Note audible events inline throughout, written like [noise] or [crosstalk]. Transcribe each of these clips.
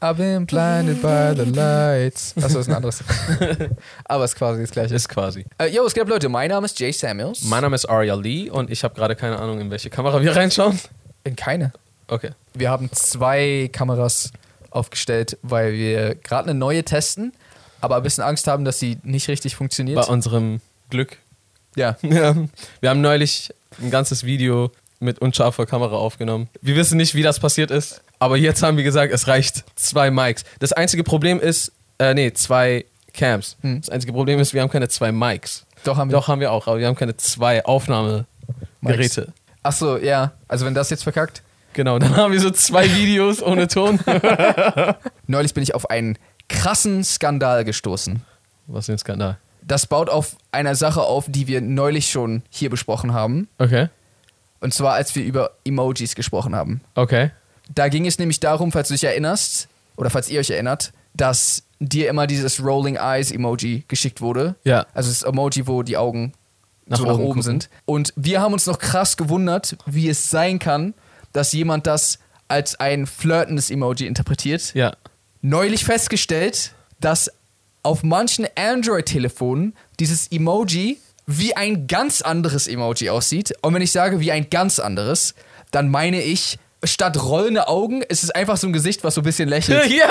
I've been blinded by the lights. Achso, ist ein anderes. [laughs] Aber ist quasi das gleiche. Ist quasi. Äh, yo, was geht ab, Leute? Mein Name ist Jay Samuels. Mein Name ist Aria Lee und ich habe gerade keine Ahnung, in welche Kamera wir [laughs] reinschauen. In Äh, keine. Okay. Wir haben zwei Kameras aufgestellt, weil wir gerade eine neue testen, aber ein bisschen Angst haben, dass sie nicht richtig Bei funktioniert. unserem Glück. ja. [laughs] Ja. Wir haben neulich ein ganzes Video mit unscharfer Kamera aufgenommen. Wir wissen nicht, wie das passiert ist, aber jetzt haben wir gesagt, es reicht. Zwei Mics. Das einzige Problem ist, äh, nee, zwei Cams. Hm. Das einzige Problem ist, wir haben keine zwei Mics. Doch haben wir. Doch, haben wir auch, aber wir haben keine zwei Aufnahmegeräte. Achso, ja. Also wenn das jetzt verkackt. Genau, dann [laughs] haben wir so zwei Videos [laughs] ohne Ton. Neulich bin ich auf einen krassen Skandal gestoßen. Was für ein Skandal. Das baut auf einer Sache auf, die wir neulich schon hier besprochen haben. Okay, Und zwar, als wir über Emojis gesprochen haben. okay. Da ging es nämlich darum, falls du dich erinnerst, oder falls ihr euch erinnert, dass dir immer dieses Rolling Eyes Emoji geschickt wurde. Ja. Also das Emoji, wo die Augen Nach so nach oben oben gucken. sind. Und wir haben uns noch krass gewundert, wie es sein kann, dass jemand das als ein flirtendes Emoji interpretiert. Ja. Neulich festgestellt, dass auf manchen Android-Telefonen dieses Emoji wie ein ganz anderes Emoji aussieht. Und wenn ich sage wie ein ganz anderes, dann meine ich, statt rollende Augen ist es einfach so ein Gesicht, was so ein bisschen [laughs] lächelt. ja!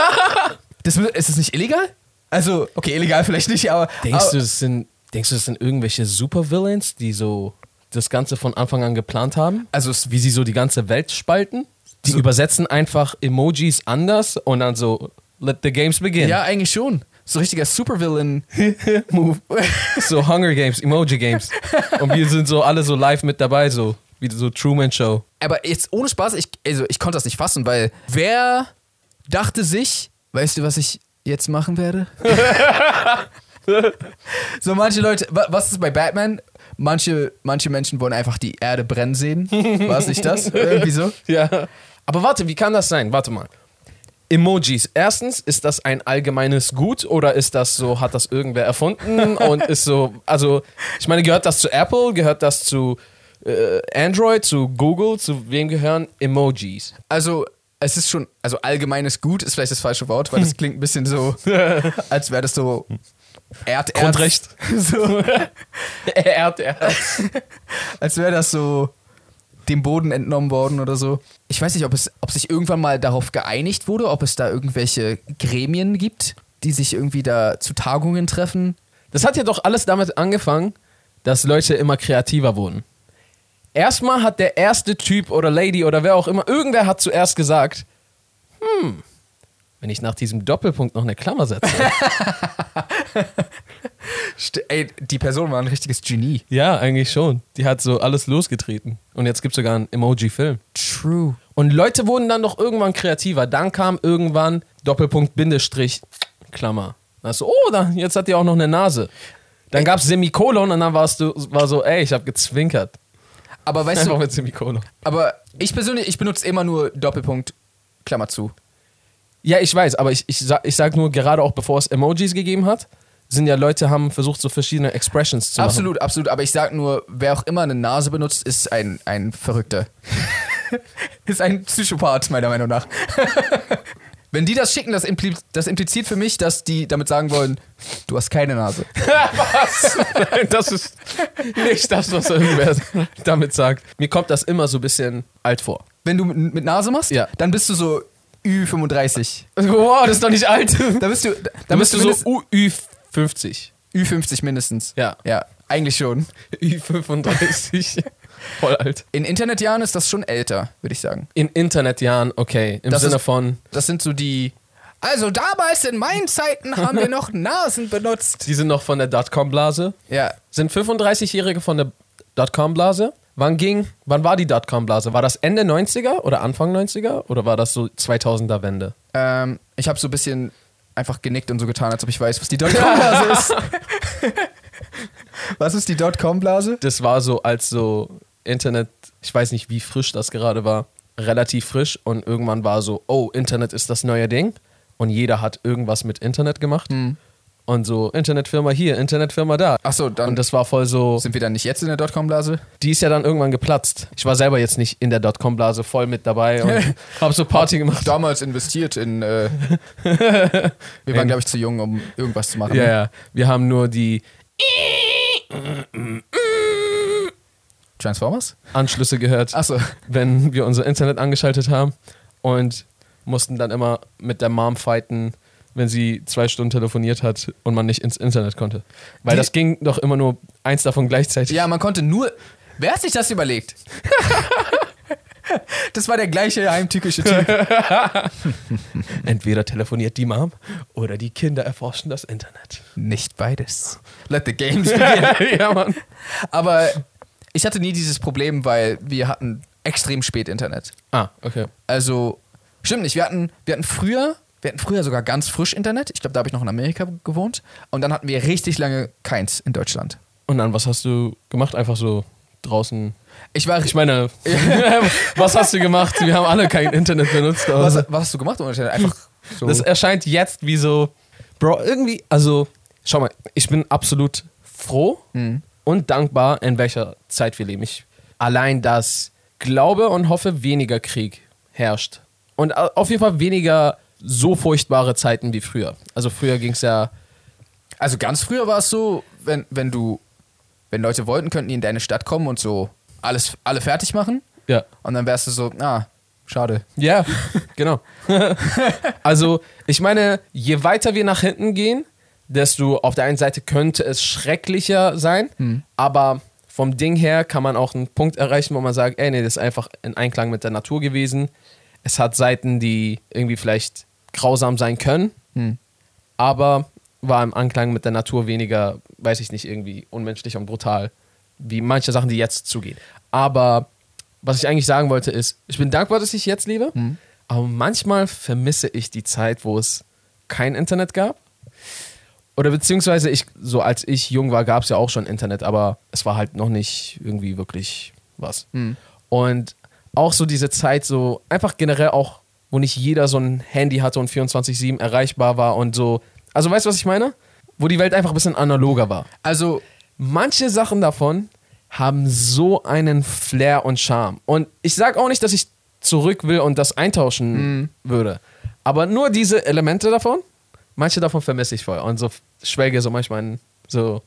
Das, ist es nicht illegal? Also, okay, illegal vielleicht nicht, aber. Denkst aber, du, das sind, denkst du, das sind irgendwelche Supervillains, die so das Ganze von Anfang an geplant haben? Also, es Wie sie so die ganze Welt spalten? Die So- übersetzen einfach Emojis anders und dann so, let the games begin. Ja, eigentlich schon. So richtiger Supervillain-Move. [laughs] So Hunger Games, Emoji Games. Und wir sind so alle so live mit dabei, so wie so Truman Show. Aber jetzt ohne Spaß, ich, also ich konnte das nicht fassen, weil wer dachte sich, weißt du, was ich jetzt machen werde? [laughs] so manche Leute, wa- was ist bei Batman? Manche, manche Menschen wollen einfach die Erde brennen sehen. War es nicht das? Irgendwie so. [laughs] Ja. Aber warte, wie kann das sein? Warte mal. Emojis. Erstens, ist das ein allgemeines Gut oder ist das so, hat das irgendwer erfunden und ist so, also, ich meine, gehört das zu Apple, gehört das zu äh, Android, zu Google, zu wem gehören Emojis? Also, es ist schon, also allgemeines Gut ist vielleicht das falsche Wort, weil das klingt ein bisschen so, als wäre das so Erd, Erd- Grundrecht. [laughs] So, Erd, Erd. als wäre das so dem Boden entnommen worden oder so. Ich weiß nicht, ob es, ob sich irgendwann mal darauf geeinigt wurde, ob es da irgendwelche Gremien gibt, die sich irgendwie da zu Tagungen treffen. Das hat ja doch alles damit angefangen, dass Leute immer kreativer wurden. Erstmal hat der erste Typ oder Lady oder wer auch immer, irgendwer hat zuerst gesagt, hm, wenn ich nach diesem Doppelpunkt noch eine Klammer setze. St ey, die Person war ein richtiges Genie. [laughs] Ja, eigentlich schon. Die hat so alles losgetreten. Und jetzt gibt es sogar einen Emoji-Film. True. Und Leute wurden dann doch irgendwann kreativer. Dann kam irgendwann Doppelpunkt, Bindestrich, Klammer. Dann hast du, oh, dann, jetzt hat die auch noch eine Nase. Dann gab es Semikolon und dann warst du, war so, ey, ich habe gezwinkert. Aber weißt [laughs] Einfach du, mit Semikolon. aber ich persönlich, ich benutze immer nur Doppelpunkt, Klammer zu. Ja, ich weiß, aber ich, ich, sag, ich sag nur, gerade auch bevor es Emojis gegeben hat, sind ja Leute, haben versucht, so verschiedene Expressions zu machen. absolut, absolut. Aber ich sag nur, wer auch immer eine Nase benutzt, ist ein, ein Verrückter. ist ein Psychopath, meiner Meinung nach. [laughs] Wenn die das schicken, das, impli das impliziert für mich, dass die damit sagen wollen, du hast keine Nase. Was? Nein, [laughs] das ist nicht das, was irgendwer damit sagt. Mir kommt das immer so ein bisschen alt vor. Wenn du mit, mit Nase machst, Ja. dann bist du so Ü35. Wow, das ist doch nicht alt. Dann Da bist du, da bist du so UÜ50. mindest- Ü50 mindestens. Ja. Ja, eigentlich schon. [laughs] Ü35. Voll alt. In Internetjahren ist das schon älter, würde ich sagen. In Internetjahren, okay. Im Das Sinne ist- von, Das sind so die. Also damals in meinen Zeiten haben wir noch Nasen benutzt. die sind noch von der Dotcom-Blase. Ja, Sind 35-Jährige von der Dotcom-Blase? Wann ging, wann war die Dotcom-Blase? War das Ende 90er oder Anfang 90er? Oder war das so 2000er-Wende? Ähm, ich habe so ein bisschen einfach genickt und so getan, als ob ich weiß, was [laughs] die Dotcom-Blase ist. was ist die Dotcom-Blase? das war so als so Internet, ich weiß nicht, wie frisch das gerade war, relativ frisch und irgendwann war so, oh, Internet ist das neue Ding. und jeder hat irgendwas mit Internet gemacht. Und so, Internetfirma hier, Internetfirma da. Achso, dann Und das war voll so, sind wir dann nicht jetzt in der Dotcom-Blase? die ist ja dann irgendwann geplatzt. Ich war selber jetzt nicht in der Dotcom-Blase voll mit dabei und hab so Party gemacht. Damals investiert in. Äh, wir waren, glaube ich, zu jung, um irgendwas zu machen. Ja, ja. Wir haben nur die Transformers? Anschlüsse gehört, Achso. wenn wir unser Internet angeschaltet haben und mussten dann immer mit der Mom fighten, wenn sie zwei Stunden telefoniert hat und man nicht ins Internet konnte. Weil Die- das ging doch immer nur eins davon gleichzeitig. Ja, man konnte nur. Wer hat sich das überlegt? [laughs] das war der gleiche heimtückische [laughs] Typ. Entweder telefoniert die Mom oder die Kinder erforschen [laughs] das Internet. Nicht beides. Let the games begin. [laughs] ja, Mann. Aber ich hatte nie dieses Problem, weil wir hatten extrem spät Internet. Ah, okay. Also, stimmt nicht. Wir hatten, wir hatten früher, wir hatten früher sogar ganz frisch Internet. Ich glaube, da habe ich noch in Amerika gewohnt. Und dann hatten wir richtig lange keins in Deutschland. Und dann, was hast du gemacht? Einfach so draußen. Ich war Ich meine, [laughs] was hast du gemacht? Wir haben alle kein Internet benutzt. aber- was, was hast du gemacht ohne Internet? [laughs] Einfach so. Das erscheint jetzt wie so, Bro, irgendwie, also, schau mal, ich bin absolut froh und dankbar, in welcher Zeit wir leben. Ich allein das glaube und hoffe, weniger Krieg herrscht. Und au- auf jeden Fall weniger so furchtbare Zeiten wie früher. Also früher ging es ja, also ganz früher war es so, wenn, wenn du, wenn Leute wollten, könnten die in deine Stadt kommen und so alles, alle fertig machen. ja, Und dann wärst du so, ah, schade. Ja, genau. also, ich meine, je weiter wir nach hinten gehen, desto auf der einen Seite könnte es schrecklicher sein, aber vom Ding her kann man auch einen Punkt erreichen, wo man sagt, ey, nee, das ist einfach in Einklang mit der Natur gewesen. Es hat Seiten, die irgendwie vielleicht grausam sein können, aber war im Anklang mit der Natur weniger, weiß ich nicht, irgendwie unmenschlich und brutal, wie manche Sachen, die jetzt zugehen. Aber was ich eigentlich sagen wollte, ist, ich bin dankbar, dass ich jetzt lebe, aber manchmal vermisse ich die Zeit, wo es kein Internet gab. Oder beziehungsweise ich, so als ich jung war, gab es ja auch schon Internet, aber es war halt noch nicht irgendwie wirklich was. Und auch so diese Zeit, so einfach generell auch, wo nicht jeder so ein Handy hatte und 24-7 erreichbar war und so. Also weißt du, was ich meine? Wo die Welt einfach ein bisschen analoger war Also, manche Sachen davon haben so einen Flair und Charme. Und ich sage auch nicht, dass ich zurück will und das eintauschen würde. Aber nur diese Elemente davon, manche davon vermisse ich voll. Und so schwelge so manchmal in so.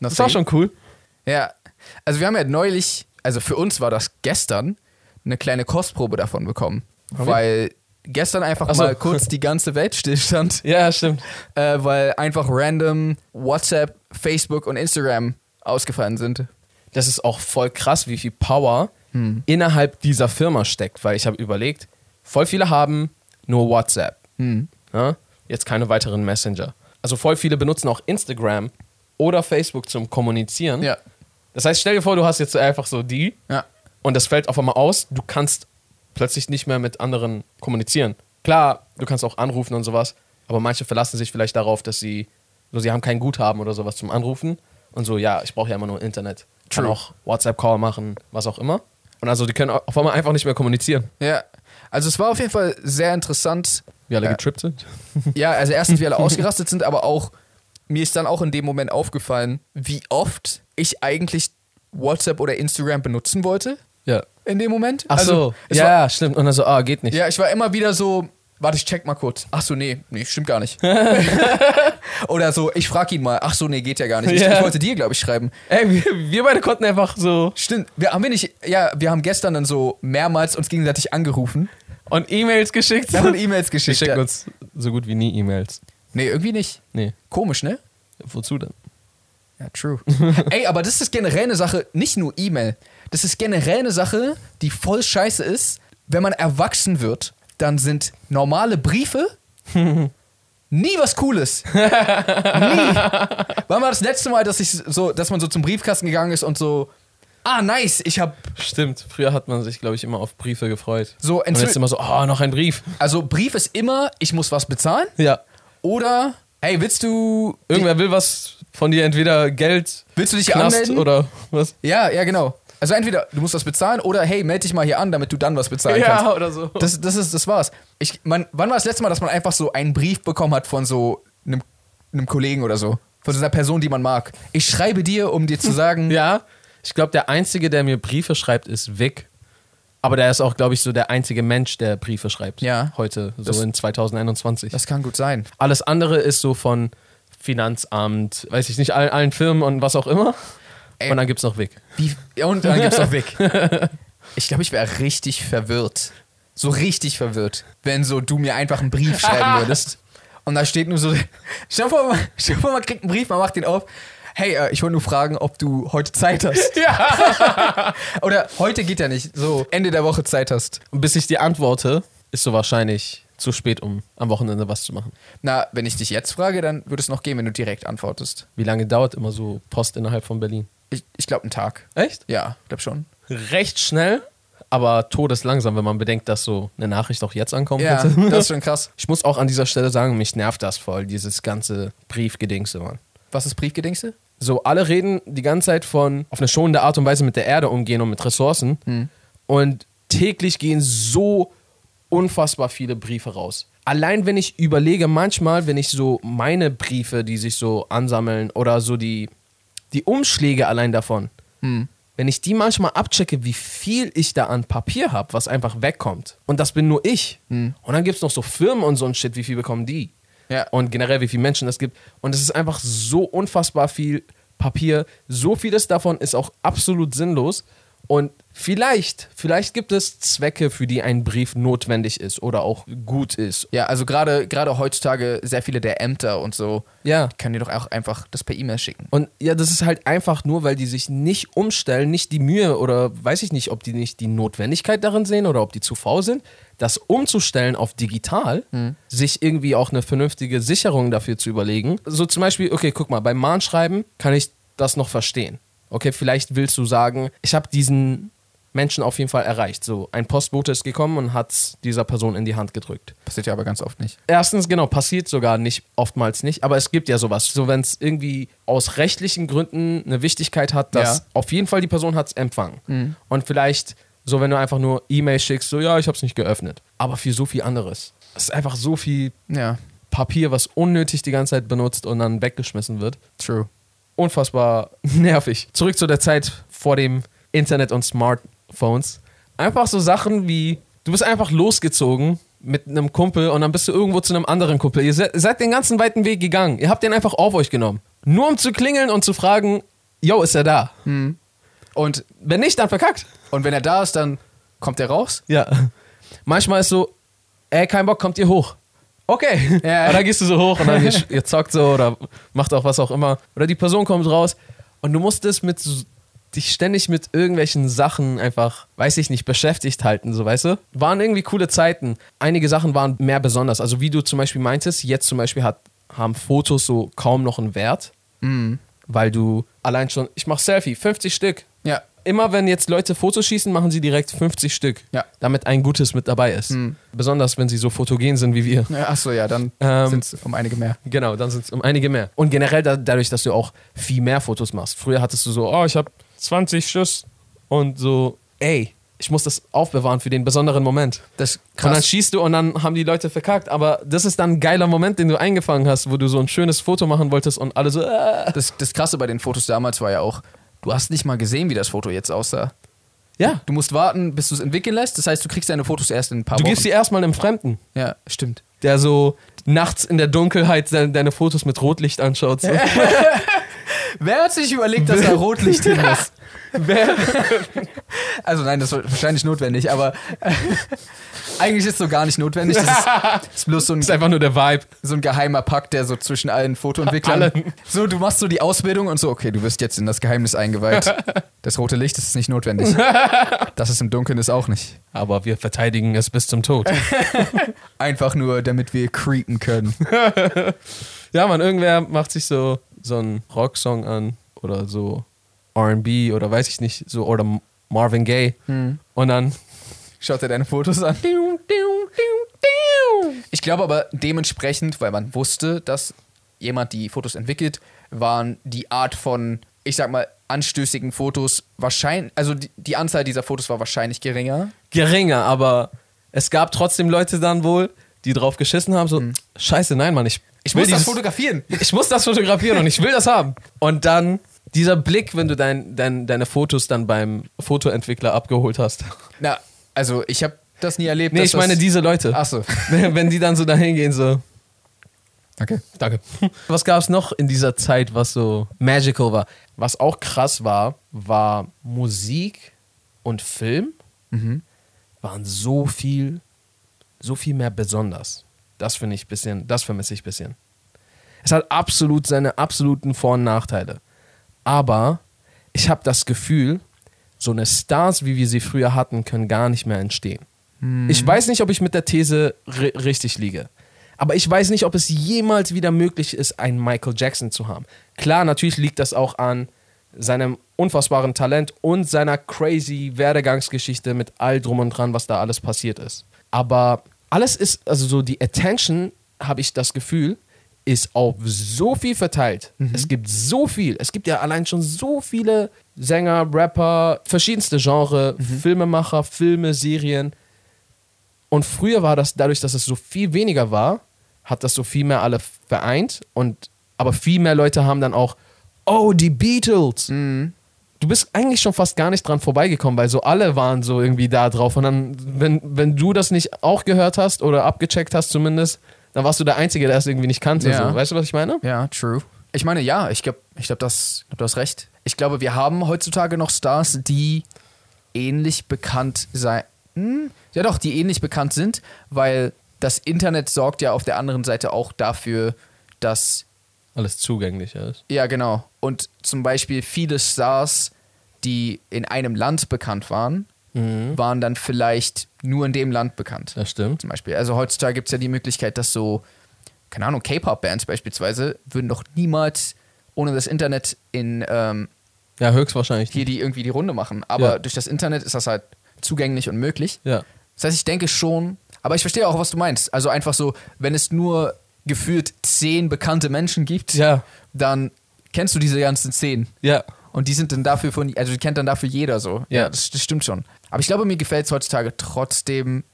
Das war schon cool. Ja, also wir haben ja neulich, also für uns war das gestern, eine kleine Kostprobe davon bekommen. Haben wir? weil gestern einfach Ach so. mal kurz die ganze Welt stillstand, [laughs] Ja, stimmt. äh, weil einfach random WhatsApp, Facebook und Instagram ausgefallen Hm? sind. das ist auch voll krass, wie viel Power Hm. innerhalb dieser Firma steckt, weil ich habe überlegt, voll viele haben nur WhatsApp. Hm. Ja? Jetzt keine weiteren Messenger. Also voll viele benutzen auch Instagram oder Facebook zum Kommunizieren. Ja. Das heißt, stell dir vor, du hast jetzt einfach so die Ja. und das fällt auf einmal aus. Du kannst plötzlich nicht mehr mit anderen kommunizieren. Klar, du kannst auch anrufen und sowas, aber manche verlassen sich vielleicht darauf, dass sie, so sie haben kein Guthaben oder sowas zum Anrufen und so, ja, ich brauche ja immer nur Internet. Kann True. auch WhatsApp-Call machen, was auch immer. Und also, die können auf einmal einfach nicht mehr kommunizieren. Ja. Also es war auf jeden Fall sehr interessant. Wie alle Ja. getrippt sind. Ja, also erstens, wie [laughs] alle ausgerastet sind, aber auch, mir ist dann auch in dem Moment aufgefallen, wie oft ich eigentlich WhatsApp oder Instagram benutzen wollte Ja. in dem Moment. Ach so, Also, es ja, war- ja, stimmt. Und dann so, ah, geht nicht. Ja, ich war immer wieder so, warte, ich check mal kurz. Ach so, nee, nee, stimmt gar [laughs] nicht. Oder so, ich frag ihn mal. Ach so, nee, geht ja gar nicht. Ich, Ja. ich wollte dir, glaube ich, schreiben. Ey, wir, wir beide konnten einfach so. Stimmt, wir haben wir nicht, ja, wir haben gestern dann so mehrmals uns gegenseitig angerufen. Und E-Mails geschickt. [laughs] Wir haben E-Mails Wir geschickt. schicken ja. uns so gut wie nie E-Mails. Nee, irgendwie nicht. Nee. Komisch, ne? Wozu denn? Ja, [laughs] true. Ey, aber das ist generell eine Sache, nicht nur E-Mail. Das ist generell eine Sache, die voll scheiße ist. Wenn man erwachsen wird, dann sind normale Briefe [laughs] nie was Cooles. nie. Wann war das letzte Mal, dass, ich so, dass man so zum Briefkasten gegangen ist und so, ah, nice, ich hab. Stimmt, früher hat man sich, glaube ich, immer auf Briefe gefreut. So, und jetzt entzü- immer so, oh, noch ein Brief. [laughs] Also, Brief ist immer, ich muss was bezahlen. Ja. Oder, hey, willst du. Irgendwer will was von dir, entweder Geld, Willst du dich Knast anmelden? oder was. Ja, ja, genau. Also entweder du musst was bezahlen oder hey, melde dich mal hier an, damit du dann was bezahlen kannst. Ja, oder so. Das, das, ist, das war's. Ich, man, wann war das letzte Mal, dass man einfach so einen Brief bekommen hat von so einem, einem Kollegen oder so? Von so einer Person, die man mag. Ich schreibe dir, um dir [laughs] zu sagen, Ja, ich glaube, der Einzige, der mir Briefe schreibt, ist Vic. Aber der ist auch, glaube ich, so der einzige Mensch, der Briefe schreibt. Ja. Heute, so Das- in 2021. das kann gut sein. Alles andere ist so von Finanzamt, weiß ich nicht, allen, allen Firmen und was auch immer. Ey. Und dann gibt's noch Vic. Wie, ja, und dann gibt's auch weg. [laughs] Ich glaube, ich wäre richtig verwirrt. So richtig verwirrt, wenn so du mir einfach einen Brief [laughs] schreiben würdest. Und da steht nur so, stell dir vor, man, stell dir vor, man kriegt einen Brief, man macht den auf. Hey, äh, ich wollte nur fragen, ob du heute Zeit hast. Ja. [laughs] Oder heute geht ja nicht, so Ende der Woche Zeit hast. Und bis ich dir antworte, ist so wahrscheinlich zu spät, um am Wochenende was zu machen. Na, wenn ich dich jetzt frage, dann würde es noch gehen, wenn du direkt antwortest. Wie lange dauert immer so Post innerhalb von Berlin? Ich, ich glaube, einen Tag. Echt? Ja, glaube schon. Recht schnell, aber todeslangsam, wenn man bedenkt, dass so eine Nachricht auch jetzt ankommen Ja, könnte. [laughs] das ist schon krass. [laughs] Ich muss auch an dieser Stelle sagen, mich nervt das voll, dieses ganze Briefgedingse, Mann. Was ist Briefgedingste? So, alle reden die ganze Zeit von auf eine schonende Art und Weise mit der Erde umgehen und mit Ressourcen. Und täglich gehen so unfassbar viele Briefe raus. Allein wenn ich überlege, manchmal, wenn ich so meine Briefe, die sich so ansammeln oder so die, die Umschläge allein davon, wenn ich die manchmal abchecke, wie viel ich da an Papier habe, was einfach wegkommt. Und das bin nur ich. Und dann gibt es noch so Firmen und so ein Shit, wie viel bekommen die? Ja. Und generell, wie viele Menschen es gibt. Und es ist einfach so unfassbar viel Papier. So vieles davon ist auch absolut sinnlos. Und vielleicht, vielleicht gibt es Zwecke, für die ein Brief notwendig ist oder auch gut ist. Ja, also gerade gerade heutzutage sehr viele der Ämter und so. Ja. Die können dir doch auch einfach das per E-Mail schicken. Und ja, das ist halt einfach nur, weil die sich nicht umstellen, nicht die Mühe oder weiß ich nicht, ob die nicht die Notwendigkeit darin sehen oder ob die zu faul sind, das umzustellen auf digital, sich irgendwie auch eine vernünftige Sicherung dafür zu überlegen. So zum Beispiel, okay, guck mal, beim Mahnschreiben kann ich das noch verstehen. Okay, vielleicht willst du sagen, ich habe diesen Menschen auf jeden Fall erreicht. So, ein Postbote ist gekommen und hat dieser Person in die Hand gedrückt. Passiert ja aber ganz oft nicht. Erstens, genau, passiert sogar nicht, oftmals nicht, aber es gibt ja sowas. So, wenn es irgendwie aus rechtlichen Gründen eine Wichtigkeit hat, dass Ja. auf jeden Fall die Person hat es empfangen. Und vielleicht, so wenn du einfach nur E-Mail schickst, so, ja, ich habe es nicht geöffnet. Aber für so viel anderes. Es ist einfach so viel Ja, Papier, was unnötig die ganze Zeit benutzt und dann weggeschmissen wird. true. Unfassbar [laughs] nervig. Zurück zu der Zeit vor dem Internet und Smartphones. Einfach so Sachen wie, du bist einfach losgezogen mit einem Kumpel und dann bist du irgendwo zu einem anderen Kumpel. Ihr se- seid den ganzen weiten Weg gegangen. Ihr habt den einfach auf euch genommen. Nur um zu klingeln und zu fragen, yo, ist er da? Und, Wenn nicht, dann verkackt. und wenn er da ist, dann kommt er raus. Ja. Manchmal ist so, ey, kein Bock, kommt ihr hoch. Okay. Ja. Und dann gehst du so hoch und dann ihr, ihr zockt so oder macht auch was auch immer. Oder die Person kommt raus und du musst es mit so- dich ständig mit irgendwelchen Sachen einfach, weiß ich nicht, beschäftigt halten, so weißt du? Waren irgendwie coole Zeiten. Einige Sachen waren mehr besonders. Also wie du zum Beispiel meintest, jetzt zum Beispiel hat, haben Fotos so kaum noch einen Wert, Mhm. weil du allein schon, ich mach Selfie, 50 Stück, Ja. immer wenn jetzt Leute Fotos schießen, machen sie direkt 50 Stück, Ja. Hm. damit ein gutes mit dabei ist. Besonders wenn sie so fotogen sind wie wir. ja Achso, ja, dann Ähm. sind's um einige mehr. Genau, dann sind es um einige mehr. Und generell da, dadurch, dass du auch viel mehr Fotos machst. Früher hattest du so, oh, ich habe 20 Schuss und so, ey, ich muss das aufbewahren für den besonderen Moment. Das ist Und dann krass. schießt du und dann haben die Leute verkackt. Aber das ist dann ein geiler Moment, den du eingefangen hast, wo du so ein schönes Foto machen wolltest und alle so, äh. Das, das Krasse bei den Fotos damals war ja auch, du hast nicht mal gesehen, wie das Foto jetzt aussah. ja. Du musst warten, bis du es entwickeln lässt. Das heißt, du kriegst deine Fotos erst in ein paar Du Wochen. gibst sie erstmal einem Fremden. ja, stimmt. der so nachts in der Dunkelheit de deine Fotos mit Rotlicht anschaut. So. Wer hat sich überlegt, dass [laughs] da Rotlicht hin muss? Wer- [laughs] Also nein, das war wahrscheinlich notwendig, aber [laughs] eigentlich ist es so gar nicht notwendig. Das ist, ist bloß so ein, Das ist einfach nur der Vibe. so ein geheimer Pakt, der so zwischen allen Fotoentwicklern. Allen. So, du machst so die Ausbildung und so, okay, du wirst jetzt in das Geheimnis [laughs] eingeweiht. Das rote Licht das ist nicht [laughs] notwendig. Das ist im Dunkeln ist auch nicht. Aber wir verteidigen es bis [laughs] zum Tod. Einfach nur, damit wir creepen können. Ja, man, irgendwer macht sich so, so einen Rocksong an oder so RB oder weiß ich nicht, so oder M- Marvin Gaye. Hm. Und dann. Schaut dir deine Fotos an. Ich glaube aber dementsprechend, weil man wusste, dass jemand die Fotos entwickelt, waren die Art von ich sag mal, anstößigen Fotos wahrscheinlich, also die, die Anzahl dieser Fotos war wahrscheinlich geringer. Geringer, aber es gab trotzdem Leute dann wohl, die drauf geschissen haben, so, scheiße, nein, Mann, ich, Hm. Ich muss das dieses- fotografieren. ich muss das fotografieren und ich will das haben. Und dann dieser Blick, wenn du dein, dein, deine Fotos dann beim Fotoentwickler abgeholt hast. Na, also ich habe das nie erlebt. Nee, dass ich meine das, diese Leute. Achso. Wenn [laughs] wenn die dann so dahin gehen, so. Okay. Danke. Was gab es noch in dieser Zeit, was so magical war? Was auch krass war, war Musik und Film waren so viel, so viel mehr besonders. Das finde ich ein bisschen, das vermisse ich ein bisschen. Es hat absolut seine absoluten Vor- und Nachteile. Aber ich habe das Gefühl, so eine Stars, wie wir sie früher hatten, können gar nicht mehr entstehen. Ich weiß nicht, ob ich mit der These ri richtig liege. Aber ich weiß nicht, ob es jemals wieder möglich ist, einen Michael Jackson zu haben. Klar, natürlich liegt das auch an seinem unfassbaren Talent und seiner crazy Werdegangsgeschichte mit all drum und dran, was da alles passiert ist. Aber alles ist, also so die Attention, habe ich das Gefühl, ist auf so viel verteilt. Es gibt so viel. Es gibt ja allein schon so viele Sänger, Rapper, verschiedenste Genre, Filmemacher, Filme, Serien. Und früher war das dadurch, dass es so viel weniger war, hat das so viel mehr alle vereint. Und aber viel mehr Leute haben dann auch, oh, die Beatles. Du bist eigentlich schon fast gar nicht dran vorbeigekommen, weil so alle waren so irgendwie da drauf. Und dann, wenn, wenn du das nicht auch gehört hast oder abgecheckt hast zumindest, dann warst du der Einzige, der es irgendwie nicht kannte. Ja. So. Weißt du, was ich meine? Ja, true. Ich meine, ja, ich glaube, ich glaub, das, ich glaub, du hast recht. Ich glaube, wir haben heutzutage noch Stars, die ähnlich bekannt sein. Hm? Ja, doch, die ähnlich bekannt sind, weil das Internet sorgt ja auf der anderen Seite auch dafür, dass Alles zugänglich ist. ja, genau. Und zum Beispiel viele Stars, die in einem Land bekannt waren, waren dann vielleicht nur in dem Land bekannt. Das stimmt. Zum Beispiel. Also heutzutage gibt es ja die Möglichkeit, dass so, keine Ahnung, K-Pop-Bands beispielsweise würden doch niemals ohne das Internet in ähm, Ja, höchstwahrscheinlich. hier die irgendwie die Runde machen. Aber Ja. durch das Internet ist das halt zugänglich und möglich. Ja. Das heißt, ich denke schon, aber ich verstehe auch, was du meinst. Also einfach so, wenn es nur geführt zehn bekannte Menschen gibt, Ja. dann kennst du diese ganzen zehn. Ja. Und die sind dann dafür von, also die kennt dann dafür jeder so. Ja. das, das stimmt schon. Aber ich glaube, mir gefällt es heutzutage trotzdem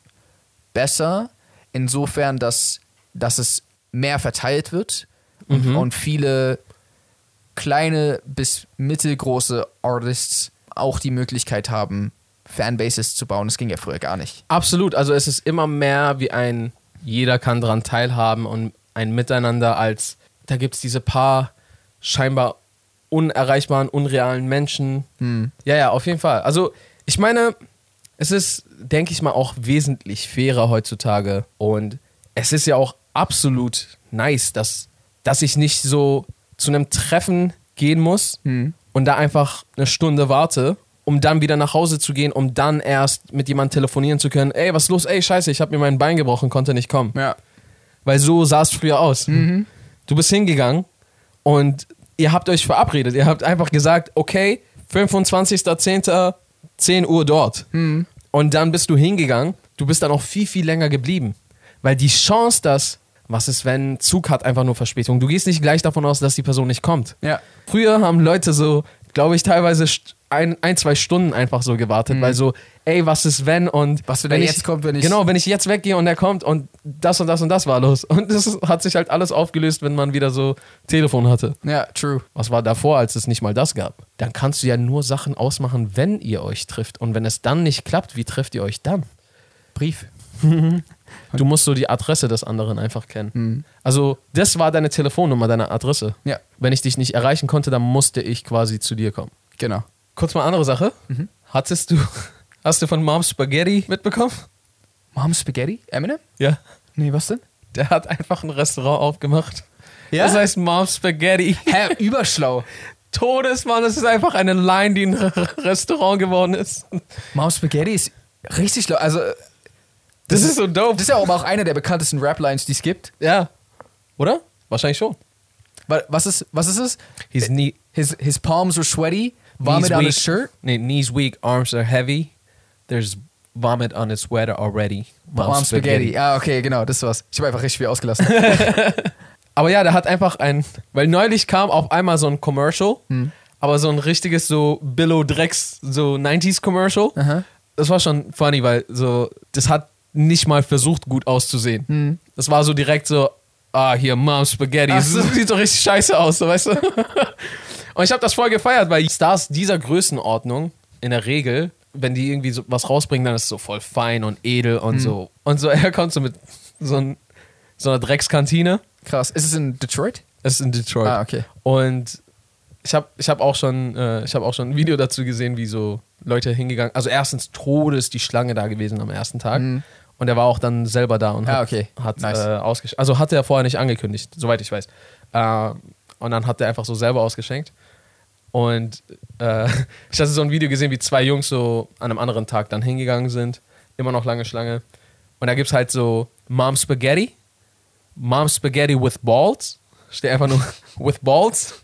besser, insofern, dass, dass es mehr verteilt wird und, und viele kleine bis mittelgroße Artists auch die Möglichkeit haben, Fanbases zu bauen. Das ging ja früher gar nicht. Absolut, also es ist immer mehr wie ein, jeder kann daran teilhaben und ein Miteinander als, da gibt es diese paar scheinbar unerreichbaren, unrealen Menschen. Ja, ja, auf jeden Fall. Also ich meine, es ist, denke ich mal, auch wesentlich fairer heutzutage und es ist ja auch absolut nice, dass, dass ich nicht so zu einem Treffen gehen muss und da einfach eine Stunde warte, um dann wieder nach Hause zu gehen, um dann erst mit jemandem telefonieren zu können. Ey, was ist los? Ey, scheiße, ich habe mir mein Bein gebrochen, konnte nicht kommen. Ja. Weil so sah es früher aus. Du bist hingegangen und ihr habt euch verabredet. Ihr habt einfach gesagt, okay, 25.10. 10 Uhr dort. Und dann bist du hingegangen. Du bist dann auch viel, viel länger geblieben. Weil die Chance, dass, was ist, wenn Zug hat einfach nur Verspätung. Du gehst nicht gleich davon aus, dass die Person nicht kommt. Ja. Früher haben Leute so, glaube ich, teilweise st- ein, ein, zwei Stunden einfach so gewartet, weil so, ey, was ist wenn und Was, wenn er ich- jetzt kommt, wenn ich- Genau, wenn ich jetzt weggehe und er kommt und das und das und das war los. [laughs] Und das ist- hat sich halt alles aufgelöst, wenn man wieder so Telefon hatte. Ja, true. Was war davor, als es nicht mal das gab? Dann kannst du ja nur Sachen ausmachen, wenn ihr euch trifft. Und wenn es dann nicht klappt, wie trefft ihr euch dann? [laughs] Brief. Du musst so die Adresse des anderen einfach kennen. Also, das war deine Telefonnummer, deine Adresse. Mhm. Ja, Wenn ich dich nicht erreichen konnte, dann musste ich quasi zu dir kommen. genau. Kurz mal andere Sache. Mhm. Hattest du, [laughs] hast du von Mom Spaghetti mitbekommen? Mom Spaghetti? Eminem? Ja. Nee, was denn? Der hat einfach ein Restaurant aufgemacht. Ja? Das heißt Mom Spaghetti. [laughs] Hä, überschlau. Todesmann, das ist einfach eine Line, die ein R- Restaurant geworden ist. Mom Spaghetti ist richtig schlau. Also, Das ist so dope. das ist ja aber auch einer der bekanntesten Rap-Lines, die es gibt. ja. Oder? Wahrscheinlich schon. Wa- Was ist, was ist es? His knee, His, his palms were sweaty, vomit on his shirt. Nee, knees weak, arms are heavy. There's vomit on his sweater already. Mom, Spaghetti. Ah, okay, genau, das war's. Ich habe einfach richtig viel ausgelassen. [laughs] Hm. Aber ja, der hat einfach ein. Weil neulich kam auf einmal so ein Commercial, aber so ein richtiges so Billo Drecks so 90s Commercial. Aha. Das war schon funny, weil so das hat nicht mal versucht gut auszusehen. Das war so direkt so ah hier Mom Spaghetti. Hm. Ach so. Das sieht doch richtig scheiße aus, so, weißt du? [laughs] Und ich habe das voll gefeiert, weil Stars dieser Größenordnung in der Regel, wenn die irgendwie so was rausbringen, dann ist es so voll fein und edel Hm. und so. Und so [laughs] er kommt so mit so, ein, so einer Dreckskantine. Krass. Ist es in Detroit? Es ist in Detroit. Ah, okay. Und ich habe ich hab auch, schon, äh, ich hab auch schon ein Video dazu gesehen, wie so Leute hingegangen. Also erstens Todes die Schlange da gewesen am ersten Tag. Mhm. Und er war auch dann selber da und Ah, hat, okay. hat Nice. äh, ausgeschenkt. Also hatte er vorher nicht angekündigt, soweit ich weiß. Äh, und dann hat er einfach so selber ausgeschenkt. Und äh, [laughs] ich hatte so ein Video gesehen, wie zwei Jungs so an einem anderen Tag dann hingegangen sind. Immer noch lange Schlange. Und da gibt es halt so Mom Spaghetti. Mom Spaghetti with Balls. Steht einfach nur [laughs] with Balls.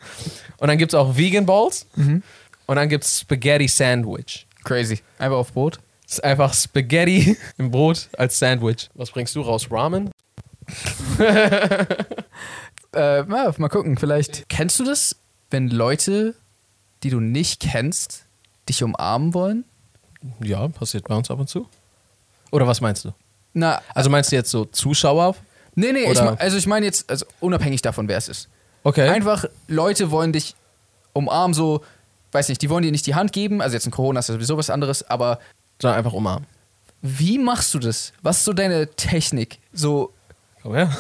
Und dann gibt es auch Vegan Balls. Mhm. Und dann gibt es Spaghetti Sandwich. Crazy. Einfach auf Brot. Das ist einfach Spaghetti [laughs] im Brot als Sandwich. Was bringst du raus? Ramen? Äh, mal, mal gucken, vielleicht. Kennst du das, wenn Leute, die du nicht kennst, dich umarmen wollen? Ja, passiert bei uns ab und zu. Oder was meinst du? Na, Also meinst du jetzt so Zuschauer? nee, nee, ich, Oder- mein- also ich meine jetzt, also unabhängig davon, wer es ist. Okay. Einfach, Leute wollen dich umarmen, so, weiß nicht, die wollen dir nicht die Hand geben, also jetzt in Corona ist das sowieso was anderes, aber Sondern einfach umarmen. wie machst du das? Was ist so deine Technik? So, Komm her.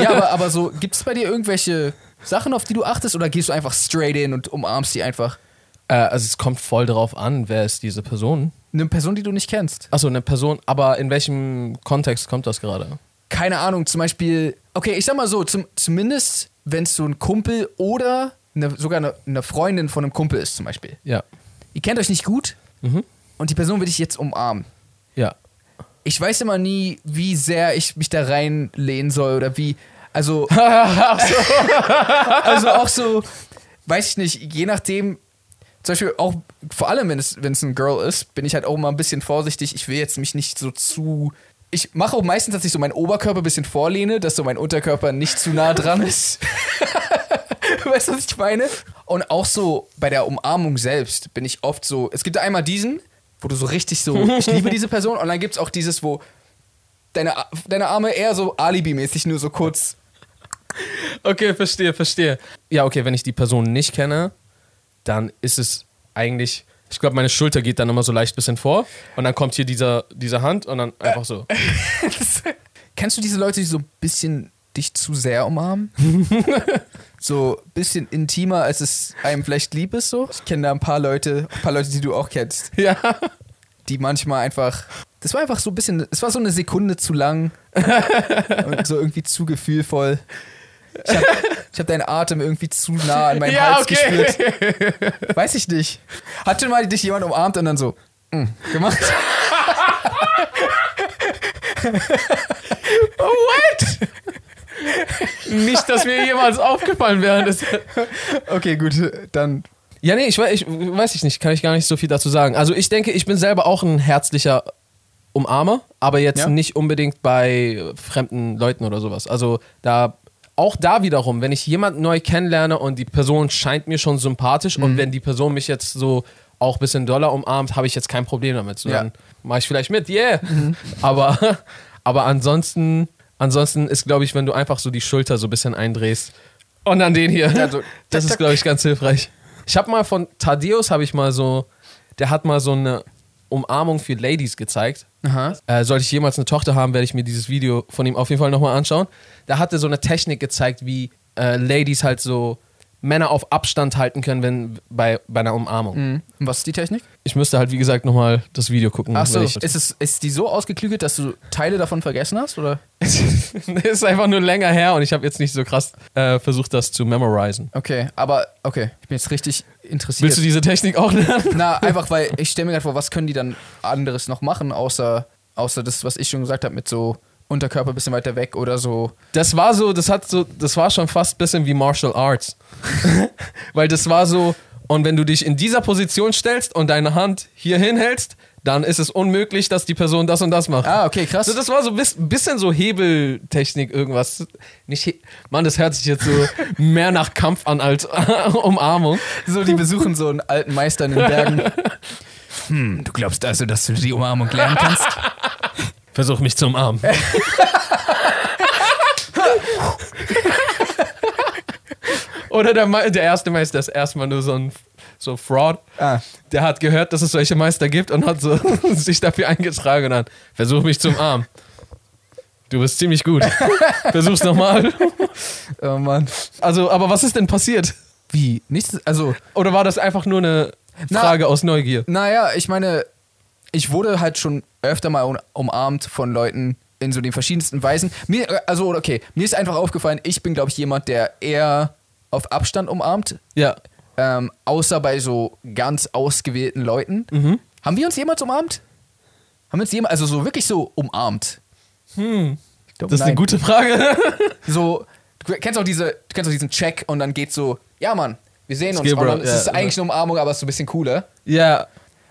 ja, aber, aber so, gibt es bei dir irgendwelche Sachen, auf die du achtest, oder gehst du einfach straight in und umarmst die einfach? [laughs] Äh, also es kommt voll drauf an, wer ist diese Person. Eine Person, die du nicht kennst? Achso, eine Person, aber in welchem Kontext kommt das gerade? keine Ahnung, zum Beispiel, okay, ich sag mal so, zum, zumindest wenn es so ein Kumpel oder eine, sogar eine, eine Freundin von einem Kumpel ist, zum Beispiel. Ja. Ihr kennt euch nicht gut Mhm. und die Person will dich jetzt umarmen. Ja. Ich weiß immer nie, wie sehr ich mich da reinlehnen soll oder wie. Also. [laughs] also auch so, weiß ich nicht, je nachdem. Zum Beispiel auch, vor allem wenn es, wenn es ein Girl ist, bin ich halt auch immer ein bisschen vorsichtig. Ich will jetzt mich nicht so zu. Ich mache auch meistens, dass ich so meinen Oberkörper ein bisschen vorlehne, dass so mein Unterkörper nicht zu nah dran ist. [laughs] weißt du, was ich meine? Und auch so bei der Umarmung selbst bin ich oft so. Es gibt einmal diesen, wo du so richtig so, ich liebe diese Person, und dann gibt es auch dieses, wo deine, A- deine Arme eher so alibimäßig nur so kurz. Okay, verstehe, verstehe. Ja, okay, wenn ich die Person nicht kenne, dann ist es eigentlich. Ich glaube, meine Schulter geht dann immer so leicht bisschen vor. Und dann kommt hier dieser, diese Hand und dann einfach so. Kennst du diese Leute, die so ein bisschen dich zu sehr umarmen? so ein bisschen intimer, als es einem vielleicht lieb ist, so? Ich kenne da ein paar Leute, ein paar Leute, die du auch kennst, [laughs] Ja. die manchmal einfach. Das war einfach so ein bisschen, es war so eine Sekunde zu [laughs] lang und so irgendwie zu gefühlvoll. Ich habe hab deinen Atem irgendwie zu nah an meinem Ja, Hals okay. gespürt. Weiß ich nicht. Hat schon mal dich jemand umarmt und dann so mm, gemacht? [laughs] What? [laughs] nicht, dass mir jemals aufgefallen wäre. Das [laughs] Okay, gut, dann. ja, nee, ich, wei- ich weiß ich nicht. Kann ich gar nicht so viel dazu sagen. Also, ich denke, ich bin selber auch ein herzlicher Umarmer, aber jetzt Ja. nicht unbedingt bei fremden Leuten oder sowas. Also, da. Auch da wiederum, wenn ich jemanden neu kennenlerne und die Person scheint mir schon sympathisch Mhm. und wenn die Person mich jetzt so auch ein bisschen doller umarmt, habe ich jetzt kein Problem damit. So, Ja. Mhm. Dann mache ich vielleicht mit, yeah. [laughs] Aber, aber ansonsten, ansonsten ist, glaube ich, wenn du einfach so die Schulter so ein bisschen eindrehst und dann den hier. Ja, so, das tack, ist, tack. glaube ich, ganz hilfreich. Ich habe mal von Thaddeus, habe ich mal so, der hat mal so eine Umarmung für Ladies gezeigt. Aha. Äh, sollte ich jemals eine Tochter haben, werde ich mir dieses Video von ihm auf jeden Fall nochmal anschauen. Da hat er so eine Technik gezeigt, wie äh, Ladies halt so Männer auf Abstand halten können, wenn bei, bei einer Umarmung. Mhm. Und was ist die Technik? Ich müsste halt, wie gesagt, nochmal das Video gucken. Achso, weil ist, ich- [laughs] es, ist die so ausgeklügelt, dass du Teile davon vergessen hast? Oder? es ist einfach nur länger her und ich habe jetzt nicht so krass äh, versucht, das zu memorisen. Okay, aber okay, ich bin jetzt richtig interessiert. Willst du diese Technik auch lernen? Na, einfach weil ich stelle mir gerade vor, was können die dann anderes noch machen, außer, außer das, was ich schon gesagt habe, mit so Unterkörper ein bisschen weiter weg oder so. Das war so, das hat so, das war schon fast ein bisschen wie Martial Arts. [laughs] Weil das war so, und wenn du dich in dieser Position stellst und deine Hand hier hinhältst, dann ist es unmöglich, dass die Person das und das macht. Ah, okay, krass. So, das war so ein bis, bisschen so Hebeltechnik, irgendwas. Nicht He Mann, das hört sich jetzt so mehr nach Kampf an als [laughs] Umarmung. So, die besuchen so einen alten Meister in den Bergen. Hm, du glaubst also, dass du die Umarmung lernen kannst? Versuch mich [laughs] zu umarmen. Oder der, Me- der erste Meister ist erstmal nur so ein so Fraud. Ah. Der hat gehört, dass es solche Meister gibt und hat so [laughs] sich dafür eingetragen und dann versuch mich zum Arm. Du bist [laughs] ziemlich gut. Versuch's nochmal. [laughs] Oh Mann. Also, aber was ist denn passiert? Wie? Nichts, also, Oder war das einfach nur eine Na- Frage aus Neugier? naja, ich meine, ich wurde halt schon öfter mal un- umarmt von Leuten in so den verschiedensten Weisen. Mir, äh, also, okay, mir ist einfach aufgefallen, ich bin, glaube ich, jemand, der eher auf Abstand umarmt, Ja. ähm, außer bei so ganz ausgewählten Leuten. Mhm. Haben wir uns jemals umarmt? Haben wir uns jemals, also so wirklich so umarmt? Hm. Das ist eine gute Frage. [laughs] so, du kennst auch diese, du kennst auch diesen Check und dann geht so, ja Mann, wir sehen uns. geht, Und dann Bro, ist ja, es ja. eigentlich eine Umarmung, aber es ist so ein bisschen cooler. ja.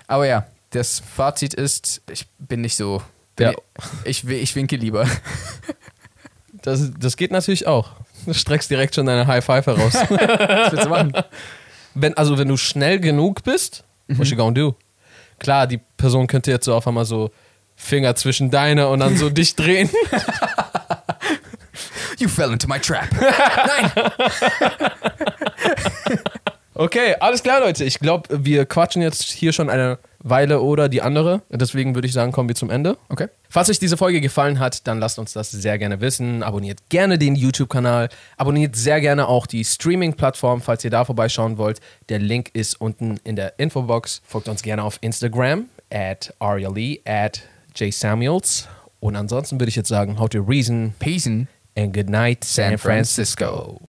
Aber ja, das Fazit ist, ich bin nicht so. Bin Ja. ich, ich, wi- ich winke lieber. [laughs] Das, das geht natürlich auch. Du streckst direkt schon deine High Five heraus. Was willst du machen? wenn, also wenn du schnell genug bist, Mhm. what you gonna do? Klar, die Person könnte jetzt so auf einmal so Finger zwischen deine und [laughs] dann so dich drehen. You fell into my trap. [laughs] Nein! Okay, alles klar, Leute. Ich glaube, wir quatschen jetzt hier schon eine Weile oder die andere. Deswegen würde ich sagen, kommen wir zum Ende. Okay. Falls euch diese Folge gefallen hat, dann lasst uns das sehr gerne wissen. Abonniert gerne den YouTube-Kanal. Abonniert sehr gerne auch die Streaming-Plattform, falls ihr da vorbeischauen wollt. Der Link ist unten in der Infobox. Folgt uns gerne auf Instagram at Arialee, at jsamuels. Und ansonsten würde ich jetzt sagen, how to reason Peace in and good night, San, San Francisco. Francisco.